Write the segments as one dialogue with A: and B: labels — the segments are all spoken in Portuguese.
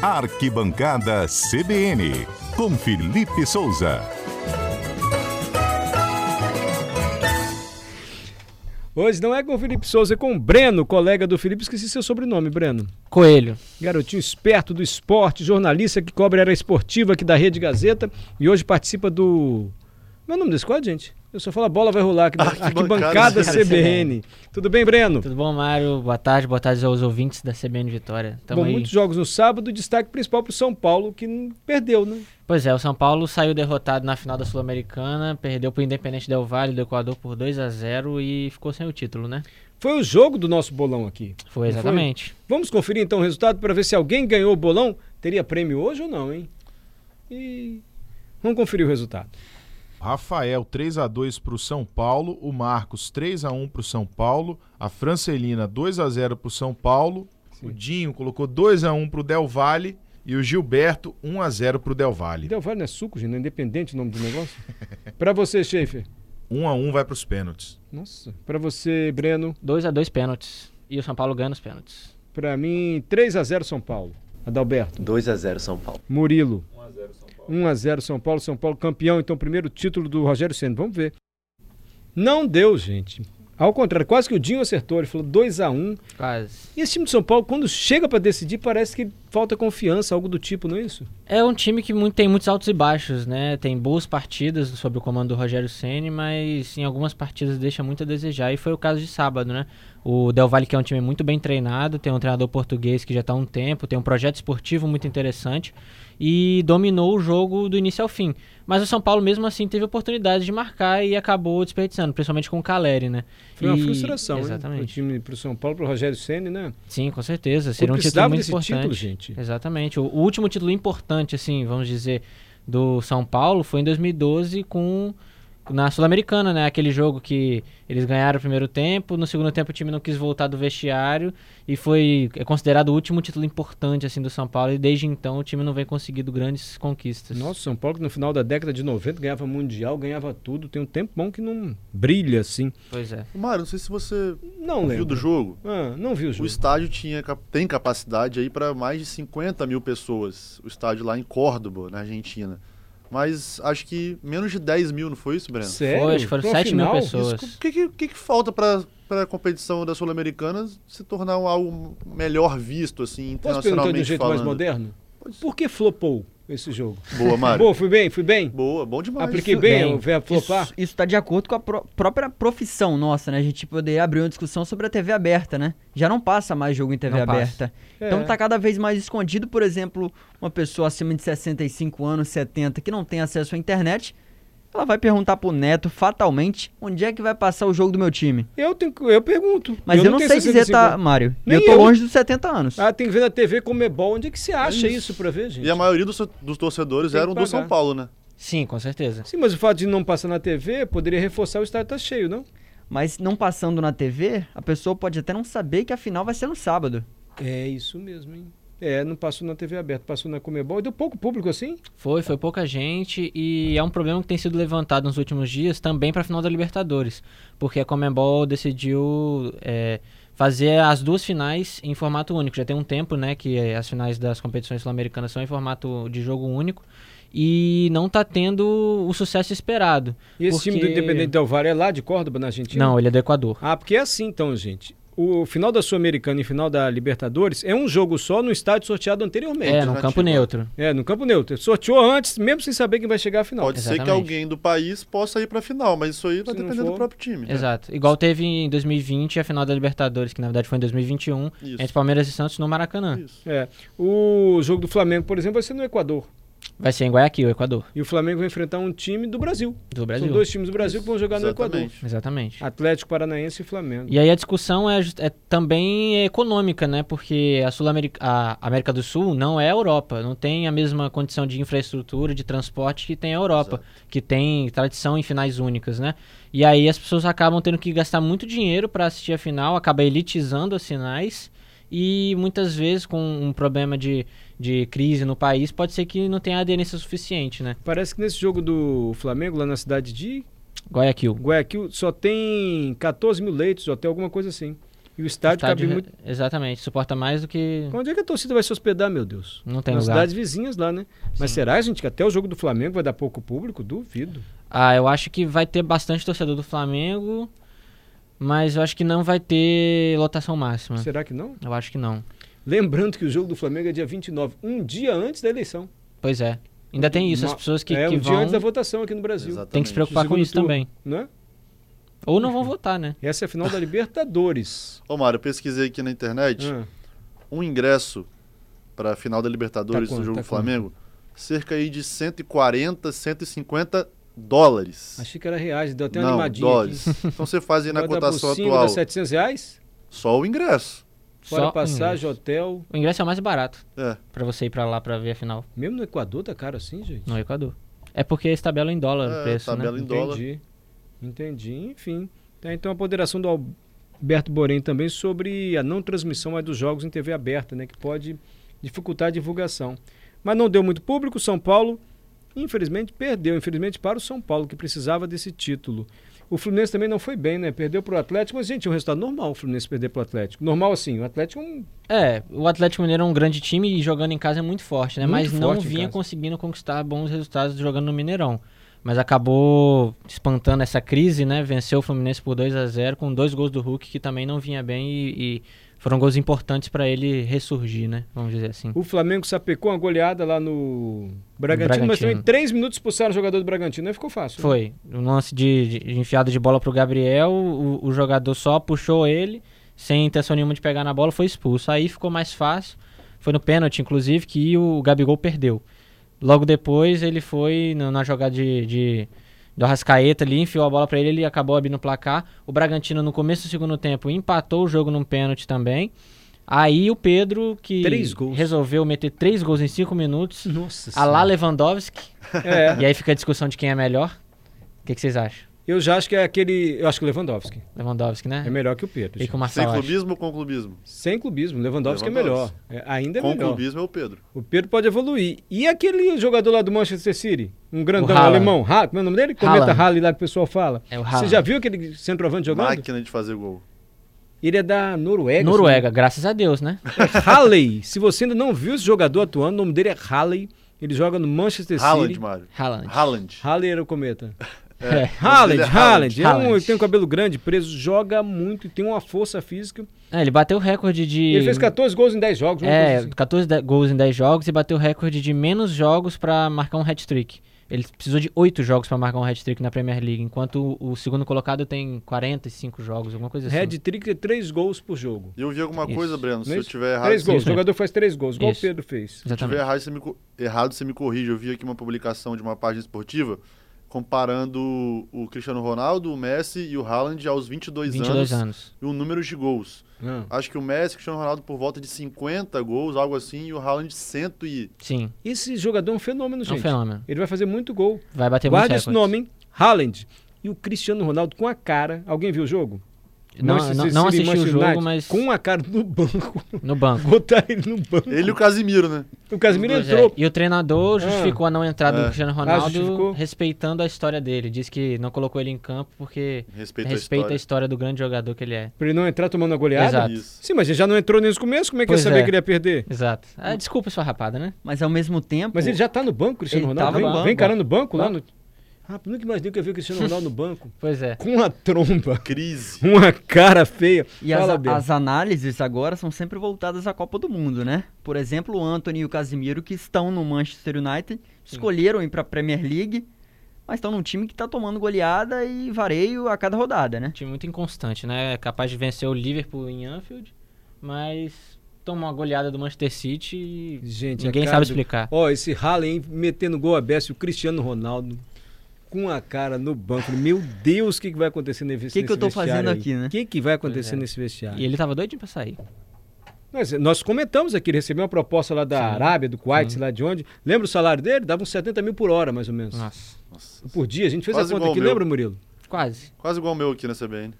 A: Arquibancada CBN, com Felipe Souza.
B: Hoje não é com o Felipe Souza, é com o Breno, colega do Felipe. Esqueci seu sobrenome, Breno.
C: Coelho.
B: Garotinho esperto do esporte, jornalista que cobre a área esportiva aqui da Rede Gazeta e hoje participa do. Meu nome desse quadro, gente? Eu só falo a bola vai rolar aqui da
D: Arquibancada
B: Arquibancada CBN. Tudo bem, Breno?
C: Tudo bom, Mário? Boa tarde, boa tarde aos ouvintes da CBN Vitória. Tamo
B: Bom,
C: aí.
B: muitos jogos no sábado, destaque principal para o São Paulo, que n- perdeu, né?
C: Pois é, o São Paulo saiu derrotado na final da Sul-Americana, perdeu pro Independente Del Valle do Equador por 2 a 0 e ficou sem o título, né?
B: Foi o jogo do nosso bolão aqui.
C: Foi
B: Não foi?
C: exatamente.
B: Vamos conferir então o resultado para ver se alguém ganhou o bolão. Teria prêmio hoje ou não, hein? E vamos conferir o resultado.
E: Rafael 3 a 2 para o São Paulo, o Marcos 3 a 1 para o São Paulo, a Francelina 2 a 0 para o São Paulo, o Dinho colocou 2 a 1 para o Del Valle e o Gilberto 1 a 0 para o Del Valle.
B: Del Valle não é suco, gente, não é independente o nome do negócio. para você, Schaefer.
E: 1 a 1 vai para os pênaltis.
B: Nossa. Para você, Breno.
C: 2 a 2 pênaltis. E o São Paulo ganha nos pênaltis.
B: Para mim, 3 a 0 São Paulo. Adalberto.
D: 2 a 0 São Paulo.
B: Murilo. 1x0 São Paulo. São Paulo campeão, então primeiro título do Rogério Senna. Vamos ver. Não deu, gente. Ao contrário, quase que o Dinho acertou. Ele falou 2x1.
C: Quase.
B: E esse time do São Paulo, quando chega pra decidir, parece que falta confiança, algo do tipo, não é isso?
C: É um time que muito- tem muitos altos e baixos, né? Tem boas partidas sob o comando do Rogério Ceni, mas em algumas partidas deixa muito a desejar. E foi o caso de sábado, né? O Del Valle, que é um time muito bem treinado, tem um treinador português que já está há um tempo, tem um projeto esportivo muito interessante e dominou o jogo do início ao fim. Mas o São Paulo, mesmo assim, teve oportunidade de marcar e acabou desperdiçando, principalmente com o Caleri, né?
B: Foi uma
C: E-
B: frustração, né? Pro
C: Exatamente.
B: time, pro São Paulo, pro Rogério Senna, né?
C: Sim, com certeza. Seria um título
B: precisava
C: muito
B: desse
C: importante.
B: título, gente.
C: Exatamente. O, o último título importante, assim, vamos dizer, do São Paulo foi em 2012 com na Sul-Americana, né? Aquele jogo que eles ganharam o primeiro tempo, no segundo tempo o time não quis voltar do vestiário e foi é considerado o último título importante assim do São Paulo e desde então o time não vem conseguindo grandes conquistas.
B: Nossa, o São Paulo que no final da década de 90 ganhava Mundial, ganhava tudo. Tem um tempo bom que não brilha assim.
C: Pois é.
F: Mário, não sei se você
B: Não
F: viu do
B: lembro.
F: jogo.
B: Ah, não viu o jogo.
F: O estádio tinha, cap- tem capacidade aí para mais de 50 mil pessoas. O estádio lá em Córdoba, na Argentina. Mas acho que menos de 10 mil, não foi isso, Breno?
B: Sério?
C: Foi, acho que foram
B: Pra uma
C: 7 mil
B: final?
C: pessoas.
F: Isso, O que, que, que que falta para a competição da Sul-Americana se tornar um- algo melhor visto, assim,
B: Posso perguntar de um
F: internacionalmente
B: jeito mais
F: falando?
B: moderno?
F: Pode ser.
B: Por que flopou esse jogo?
F: Boa, Mário.
B: Boa, fui bem, fui bem.
F: Boa, bom demais.
B: Apliquei bem,
G: Bem,
B: o verbo flopar.
G: Isso, isso tá de acordo com a pró- própria profissão nossa, né? A gente poder abrir uma discussão sobre a TV aberta, né? Já não passa mais jogo em TV
C: Não passa.
G: aberta.
B: É.
G: Então tá cada vez mais escondido, por exemplo, uma pessoa acima de 65 anos, 70, que não tem acesso à internet, ela vai perguntar pro neto fatalmente onde é que vai passar o jogo do meu time.
B: Eu, tenho, que- eu pergunto.
G: Mas eu, não
B: tenho
G: sei dizer,
B: 65
G: tá, Mário?
B: Nem
G: eu tô
B: eu.
G: longe dos 70 anos.
B: Ah, tem que ver na TV Comebol. Onde é que você acha isso pra ver, gente?
F: E a maioria dos, dos torcedores
B: Tem que
F: eram do São
B: pagar.
F: Paulo, né?
C: Sim, com certeza.
B: Sim, mas o fato de não passar na TV poderia reforçar o estádio tá cheio, não?
G: Mas não passando na TV, a pessoa pode até não saber que a final vai ser no sábado.
B: É isso mesmo, hein? É, não passou na TV aberta, passou na Comebol. E deu pouco público assim?
C: Foi, foi pouca gente e é um problema que tem sido levantado nos últimos dias também para a final da Libertadores, porque a Comembol decidiu é, fazer as duas finais em formato único. Já tem um tempo, né, que eh, as finais das competições sul-americanas são em formato de jogo único e não tá tendo o sucesso esperado.
B: E esse time do
C: Porque-
B: Independente Del Valle é lá de Córdoba, na Argentina?
C: Não, ele é do Equador.
B: Ah, porque é assim então, gente. O final da Sul-Americana e final da Libertadores é um jogo só no estádio sorteado anteriormente.
C: É, no campo
F: alternativo.
C: neutro.
B: É, no campo neutro. Sorteou antes, mesmo sem saber quem vai chegar à final.
F: Pode ser que
C: Exatamente.
F: alguém do país possa ir pra final, mas isso aí vai
B: Se não
F: depender
B: for-
F: do próprio time. né?
C: Exato. Igual teve em 2020 a final da Libertadores, que na verdade foi em 2021,
F: Isso.
C: entre Palmeiras e Santos no Maracanã.
F: Isso.
B: É. O jogo do Flamengo, por exemplo, vai ser no Equador.
C: Vai ser em Guayaquil, Equador,
B: E o Flamengo vai enfrentar um time do Brasil.
C: do Brasil.
B: São dois times do Brasil que vão jogar no Equador.
F: Exatamente.
C: Exatamente.
B: Atlético Paranaense e Flamengo.
C: E aí a discussão é, just- é também econômica, né? Porque a, Sul-Ameri- a América do Sul não é a Europa, não tem a mesma condição de infraestrutura, de transporte que tem a Europa, que tem tradição em finais únicas, né? E aí as pessoas acabam tendo que gastar muito dinheiro para assistir a final, acaba elitizando as finais e muitas vezes com um problema de, de crise no país, pode ser que não tenha aderência suficiente, né?
B: Parece que nesse jogo do Flamengo, lá na cidade de
C: Guayaquil.
B: Guayaquil, só tem 14 mil leitos, ou até alguma coisa assim. E o estádio, cabe
C: Estádio-
B: muito.
C: Exatamente, suporta mais do que.
B: Onde é que a torcida vai se hospedar, meu Deus?
C: Não tem
B: Nas
C: lugar.
B: cidades vizinhas lá, né? Mas será, gente, que até o jogo do Flamengo vai dar pouco público? Duvido.
C: Ah, eu acho que vai ter bastante torcedor do Flamengo, mas eu acho que não vai ter lotação máxima.
B: Será que não?
C: Eu acho que não.
B: Lembrando que o jogo do Flamengo é dia 29, um dia antes da eleição.
C: Pois é. Ainda tem isso, as
B: Uma-
C: pessoas que,
B: é,
C: que
B: um dia
C: vão
B: antes da votação aqui no Brasil.
C: tem que se
F: Exatamente.
C: preocupar com
B: Segundo
C: isso
B: turno.
C: também.
B: Né?
C: Ou não vão votar, né?
B: Essa é a final da Libertadores.
F: Ô, Mário, eu pesquisei aqui na internet.
B: Ah,
F: Um ingresso pra final da Libertadores
B: Tá
F: do
B: quanto?
F: jogo
B: Tá
F: do Flamengo, cerca aí de 140, 150 dólares.
B: achei que era reais, deu até uma
F: Não,
B: animadinha.
F: dólares.
B: aqui.
F: Então você faz aí na
B: Vai dar por
F: cotação
B: cinco,
F: atual
B: dá 700 reais?
F: só o ingresso.
B: Fora
C: Só o
B: passagem,
C: ingresso.
B: hotel.
C: O ingresso é o mais barato
F: É.
C: pra você ir pra lá pra ver a final
B: Mesmo no Equador tá caro assim, gente?
C: no Equador. É porque eles tabelam em dólar
F: É,
C: o preço,
F: tabela
C: né?
F: em dólar.
B: Entendi. Entendi, enfim. Tá, então a ponderação do Alberto Borém também sobre a não transmissão mais dos jogos em TV aberta, né? Que pode dificultar a divulgação. Mas não deu muito público, São Paulo, infelizmente, perdeu, infelizmente, para o São Paulo, que precisava desse título. O Fluminense também não foi bem, né? Perdeu para o Atlético, mas, gente, é um resultado normal o Fluminense perder para o Atlético. Normal assim, o Atlético é um
C: É, o Atlético Mineiro é um grande time e jogando em casa é muito forte, né?
B: Muito
C: Mas não
B: forte em
C: vinha
B: casa.
C: conseguindo conquistar bons resultados jogando no Mineirão. Mas acabou espantando essa crise, né? Venceu o Fluminense por 2 a 0 com dois gols do Hulk, que também não vinha bem e, e foram gols importantes pra ele ressurgir, né? Vamos dizer assim.
B: O Flamengo sapecou uma goleada lá no Bragantino, mas
C: Bragantino.
B: também em três minutos expulsaram o jogador do Bragantino. Aí ficou fácil. né?
C: Foi. Um lance de, de enfiada de bola pro Gabriel, o, o jogador só puxou ele, sem intenção nenhuma de pegar na bola, foi expulso. Aí ficou mais fácil. Foi no pênalti, inclusive, que o Gabigol perdeu. Logo depois, ele foi no- na jogada de, de, do Arrascaeta ali, enfiou a bola pra ele, ele acabou abrindo o placar. O Bragantino, no começo do segundo tempo, empatou o jogo num pênalti também. Aí o Pedro, que
B: Três gols.
C: resolveu meter três gols em cinco minutos,
B: Nossa
C: a
B: Senhora.
C: lá Lewandowski,
B: É,
C: e aí fica a discussão de quem é melhor. O que, que vocês acham?
B: eu já acho que é aquele. Eu acho que o Lewandowski
C: Lewandowski, né?
B: é melhor que o Pedro.
C: E
B: gente.
C: que o
F: Sem
C: Marcelo acha.
F: clubismo ou com clubismo?
B: Sem clubismo, o Lewandowski,
F: Lewandowski.
B: é melhor. É, ainda é
F: com
B: melhor.
F: clubismo é o Pedro.
B: O Pedro pode evoluir. E aquele jogador lá do Manchester City? Um grandão
C: O Haaland.
B: alemão, Ha- como é o nome dele?
C: Haaland.
B: Cometa Halley lá que o pessoal fala.
C: É o
B: Você
C: Haaland.
B: já viu aquele centroavante jogando?
F: Máquina de fazer gol.
B: Ele é da Noruega.
C: Noruega, graças a Deus, né?
B: Halley. É Se você ainda não viu esse jogador atuando, o nome dele é Halley. Ele joga no Manchester
F: Haaland,
B: City.
F: Mário.
C: Haaland.
F: Haaland.
B: Haaland era o cometa.
C: É.
B: Haaland,
F: Ele
B: Haaland.
F: é Haaland.
B: É um, ele
C: Haaland.
B: tem um cabelo grande, preso, joga muito e tem uma força física.
C: É, ele bateu o recorde de...
B: Ele fez 14 gols em 10 jogos. uma coisa
C: É,
B: assim.
C: 14 de- gols em 10 jogos e bateu o recorde de menos jogos pra marcar um hat-trick. Ele precisou de 8 jogos pra marcar um hat-trick na Premier League, enquanto o o segundo colocado tem 45 jogos, alguma coisa assim.
B: Red Trick é 3 gols por jogo.
F: E eu vi alguma
C: Isso.
F: coisa, Breno. Então, Se
B: Não é
F: eu
B: isso?
F: tiver errado,
B: Três
F: se
B: gols. O
C: Isso.
B: jogador faz três gols, igual o
C: Isso.
B: Pedro fez.
F: eu tiver
C: Exatamente.
F: errado você, me, co- errado, você me corrige. Eu vi aqui uma publicação de uma página esportiva comparando o Cristiano Ronaldo, o Messi e o Haaland aos 22,
C: 22
F: anos,
C: anos.
F: e o número de gols.
B: Ah.
F: Acho que o Messi e o Cristiano Ronaldo por volta de 50 gols, algo assim, e o Haaland 100 e...
C: Sim,
B: Esse jogador é um fenômeno,
C: é
B: gente.
C: um fenômeno.
B: Ele vai fazer muito gol.
C: Vai bater
B: Guarda
C: muitos
B: esse
C: recordes.
B: nome, hein? Haaland. E o Cristiano Ronaldo com a cara. Alguém viu o jogo?
C: Não,
B: Manchester
C: não, não
B: City e
C: assisti o
B: Manchester
C: jogo,
B: United,
C: mas
B: Com a cara no banco.
C: no banco.
B: Botar ele no banco.
F: Ele e o Casimiro, né?
B: O Casemiro
C: Pois é,
B: entrou.
C: E o treinador justificou a não entrada do
F: É.
C: Cristiano
B: Ah,
C: Ronaldo,
B: justificou.
C: respeitando a história dele. Diz que não colocou ele em campo porque
F: Respeito
C: respeita a
F: à história.
C: história do grande jogador que ele é.
B: Pra ele não entrar tomando a goleada.
C: Exato.
F: Isso.
B: Sim, mas ele já não entrou nesse começo. Como é que
C: Pois
B: ia saber
C: é.
B: que ele ia perder?
C: Exato. Ah, desculpa sua rapada, né?
G: Mas ao mesmo tempo.
B: Mas ele já tá no banco, Cristiano
G: Ele
B: Ronaldo.
G: tava
B: Vem,
G: no banco.
B: vem encarando o banco lá no. Ah, nunca imaginei que eu vi o Cristiano Ronaldo no banco.
C: Pois é.
B: Com a tromba.
F: Crise.
B: Uma cara feia.
G: E as,
B: Fala, Bia.
G: as análises agora são sempre voltadas à Copa do Mundo, né? Por exemplo, o Anthony e o Casimiro, que estão no Manchester United, escolheram ir para a Premier League, mas estão num time que tá tomando goleada e vareio a cada rodada, né?
C: Um time muito inconstante, né? É capaz de vencer o Liverpool em Anfield, mas toma uma goleada do Manchester City e
B: Gente,
C: ninguém
B: a cara
C: sabe
B: do-
C: explicar.
B: Ó, esse Haaland hein, metendo gol aberto, e o Cristiano Ronaldo com a cara no banco. Meu Deus, o que, que vai acontecer nesse
G: Que que eu tô fazendo aqui, né?
B: O que, que vai acontecer
C: Pois é.
B: nesse vestiário?
C: E ele tava doidinho pra sair.
B: Nós, nós comentamos aqui, ele recebeu uma proposta lá da
C: Sim.
B: Arábia, do Kuwait, sei lá de onde. Lembra o salário dele? Dava uns 70 mil por hora, mais ou menos.
C: Nossa,
F: Nossa.
B: Por dia, a gente fez
F: Quase
B: a conta
F: igual
B: aqui,
F: o meu.
B: lembra, Murilo?
C: quase.
F: Quase igual o meu aqui na CBN.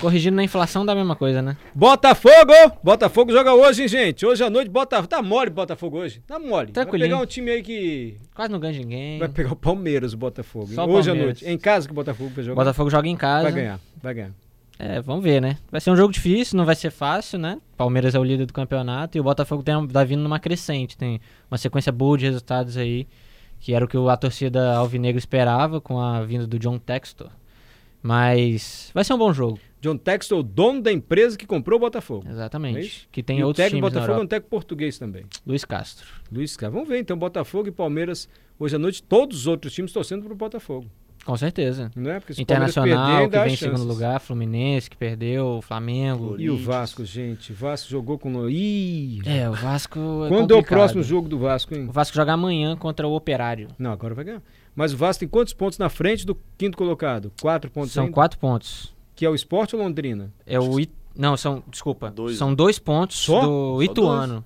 C: Corrigindo na inflação dá a mesma coisa, né?
B: Botafogo! Botafogo joga hoje, hein, gente? Hoje à noite, Botafogo. Tá mole Botafogo hoje. Tá mole.
C: Tranquilinho.
B: Vai pegar um time aí que.
C: Quase não ganha de ninguém.
B: Vai pegar o Palmeiras, o Botafogo. hein?
C: Só o
B: hoje à
C: Palmeiras. né?
B: noite. É em casa que o Botafogo vai jogar.
C: Botafogo joga em casa.
B: Vai ganhar, vai ganhar.
C: É, vamos ver, né? Vai ser um jogo difícil, não vai ser fácil, né? Palmeiras é o líder do campeonato e o Botafogo tem, tá vindo numa crescente, tem uma sequência boa de resultados aí, que era o que o- a torcida alvinegra esperava com a vinda do John Textor. Mas vai ser um bom jogo,
B: John Textor, o dono da empresa que comprou o Botafogo. É
C: exatamente.
B: isso?
C: que tem
B: e o
C: outros
B: técnico do
C: times
B: Botafogo é
C: na
B: um
C: Europa.
B: técnico português também.
C: Luiz Castro.
B: Luiz Carlos. Vamos ver então, Botafogo e Palmeiras hoje à noite, todos os outros times torcendo para o Botafogo.
C: Com certeza.
B: Não é? Porque se o Palmeiras perder,
C: Internacional,
B: ainda
C: que
B: há
C: vem em segundo
B: chances.
C: lugar, Fluminense, que perdeu, Flamengo.
B: E o Vasco, gente. Vasco jogou com. Ih!
C: É, o Vasco. é
B: Quando é o
C: complicado.
B: próximo jogo do Vasco, hein?
C: O Vasco joga amanhã contra o Operário.
B: Não, agora vai ganhar. Mas o Vasco tem quantos pontos na frente do quinto colocado? Quatro pontos
C: São
B: ainda?
C: quatro pontos.
B: Que é o Esporte ou Londrina?
C: É o It... Não, são. Desculpa.
F: Dois.
C: São dois pontos
B: né? Só?
C: do
F: Só
C: Ituano.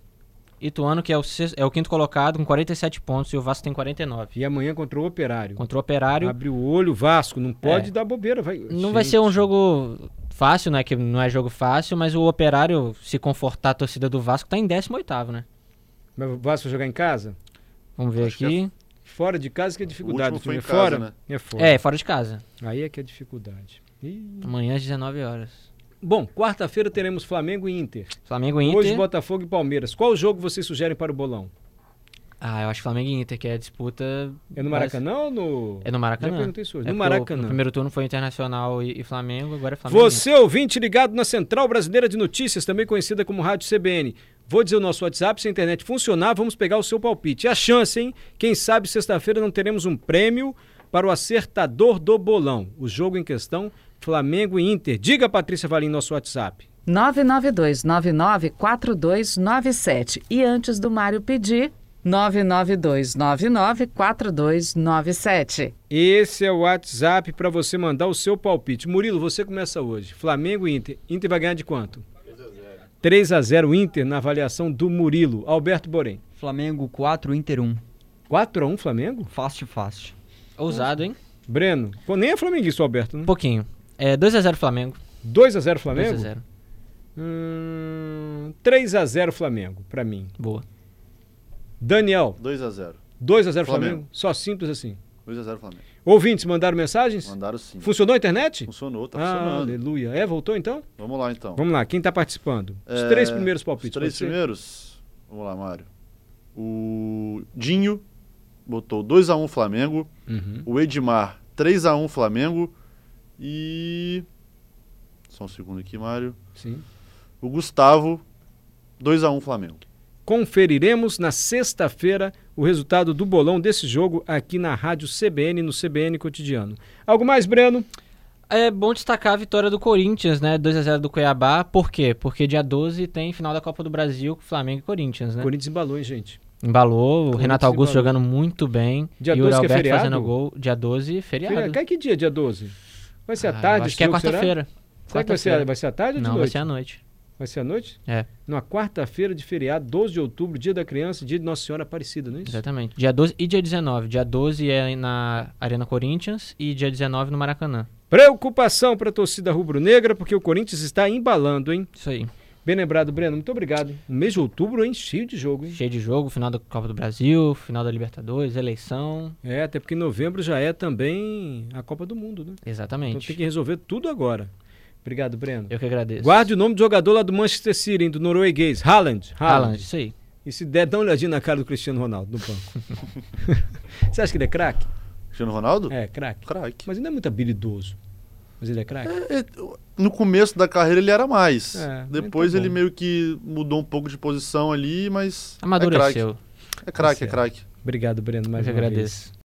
C: Ituano, que é o, sexto- é o quinto colocado, com 47 pontos, e o Vasco tem 49.
B: E amanhã contra o Operário.
C: Contra o Operário.
B: Abre o olho, Vasco. Não pode
C: É.
B: dar bobeira. Vai...
C: Não vai
B: Gente,
C: ser um jogo fácil, né? Que não é jogo fácil, mas o Operário, se confortar a torcida do Vasco, tá em 18, né?
B: Mas o Vasco vai jogar em casa?
C: Vamos ver
F: Acho que
C: aqui.
B: Fora de casa que é dificuldade.
F: último
B: time.
F: foi
B: é
F: em casa,
B: fora?
F: né?
B: É fora.
C: É, fora de casa.
B: Aí é que é dificuldade. Ih.
C: Amanhã às 19 horas.
B: Bom, quarta-feira teremos Flamengo e Inter.
C: Flamengo e Inter.
B: Hoje Botafogo e Palmeiras. Qual jogo vocês sugerem para o bolão?
C: Ah, eu acho Flamengo e Inter, que é a disputa.
B: É no
C: mais-
B: Maracanã ou no.
C: É no
B: Já
C: Maracanã.
B: perguntei isso hoje.
C: É
B: no
C: porque o-
B: Maracanã.
C: No primeiro turno foi Internacional e, e Flamengo, agora é Flamengo. e Inter.
B: Você, ouvinte ligado na Central Brasileira de Notícias, também conhecida como Rádio CBN. Vou dizer o nosso WhatsApp, se a internet funcionar, vamos pegar o seu palpite. E a chance, hein? Quem sabe sexta-feira não teremos um prêmio para o acertador do bolão. O jogo em questão, Flamengo e Inter. Diga, Patrícia Valim, nosso WhatsApp.
D: 992994297. E antes do Mário pedir, 992994297.
B: Esse é o WhatsApp para você mandar o seu palpite. Murilo, você começa hoje. Flamengo e Inter. Inter vai ganhar de quanto? 3 a 0 Inter na avaliação do Murilo. Alberto Borém.
G: Flamengo 4, Inter 1.
B: 4 a 1 Flamengo?
G: Fácil, fácil.
C: Ousado, hein?
B: Breno, pô, nem é flamenguista o Alberto,
C: Um
B: né?
C: pouquinho. É 2x0 Flamengo.
B: 2x0 Flamengo?
C: 2x0.
B: Hum, 3x0 Flamengo, pra mim.
C: Boa.
B: Daniel,
F: 2x0.
B: 2x0 Flamengo.
F: Flamengo.
B: Só simples assim.
F: 2x0 Flamengo.
B: Ouvintes, mandaram mensagens?
F: Mandaram sim.
B: Funcionou a internet?
F: Funcionou, tá
B: ah,
F: funcionando.
B: aleluia. É, voltou então?
F: Vamos lá então.
B: Vamos lá, quem tá participando? Os
F: É,
B: três primeiros palpites.
F: Os três
B: pode ser?
F: primeiros? Vamos lá, Mário. O Dinho botou 2x1 Flamengo.
B: Uhum.
F: O Edmar, 3x1 Flamengo. E. Só um segundo aqui, Mário.
B: Sim.
F: O Gustavo, 2x1 Flamengo.
B: Conferiremos na sexta-feira o resultado do bolão desse jogo aqui na Rádio CBN, no CBN Cotidiano. Algo mais, Breno?
C: É bom destacar a vitória do Corinthians, né? 2x0 do Cuiabá. Por quê? Porque dia 12 tem final da Copa do Brasil com Flamengo e Corinthians, né?
B: Corinthians embalou, hein, gente?
C: Embalou, o Renato Augusto
B: embalou.
C: jogando muito bem.
B: Dia
C: e
B: 12
C: o
B: que é
C: Alberto
B: feriado?
C: fazendo gol. Dia 12, feriado.
B: Feriado. Cai que dia, dia 12? Vai ser
C: Ah,
B: à tarde?
C: Acho
B: esse
C: que é
B: jogo, será?
C: quarta-feira.
B: Será que vai ser,
C: Quarta-feira.
B: vai ser à tarde ou de
C: Não, vai
B: noite?
C: ser à noite.
B: Vai ser à noite?
C: É.
B: Numa quarta-feira de feriado, 12 de outubro, dia da criança, dia de Nossa Senhora Aparecida, não é isso?
C: Exatamente. Dia 12 e dia 19. Dia 12 é na Arena Corinthians e dia 19 no Maracanã.
B: Preocupação para a torcida rubro-negra, porque o Corinthians está embalando, hein?
C: Isso aí.
B: Bem lembrado, Breno, muito obrigado. hein? O mês de outubro, hein? Cheio de jogo, hein?
C: Cheio de jogo, final da Copa do Brasil, final da Libertadores, eleição.
B: É, até porque em novembro já é também a Copa do Mundo, né? Então tem
C: Exatamente.
B: que resolver tudo agora. Obrigado, Breno.
C: Eu que agradeço.
B: Guarde o nome do jogador lá do Manchester City, hein? Do norueguês, Haaland. É
C: Haaland, isso aí.
B: E se der, dá uma olhadinha na cara do Cristiano Ronaldo no banco. Você acha que ele é craque?
F: Cristiano Ronaldo?
B: É, craque.
F: Craque.
B: Mas ele não é muito habilidoso. Mas ele é craque?
F: É, é, No começo da carreira ele era mais.
B: É,
F: Depois
B: então
F: ele
B: bom.
F: meio que mudou um pouco de posição ali, mas. é craque.
C: Amadureceu.
F: É craque, é
B: Certo.
F: craque.
B: Obrigado, Breno,
C: Eu
B: mais
C: que
B: uma vez.
C: agradeço.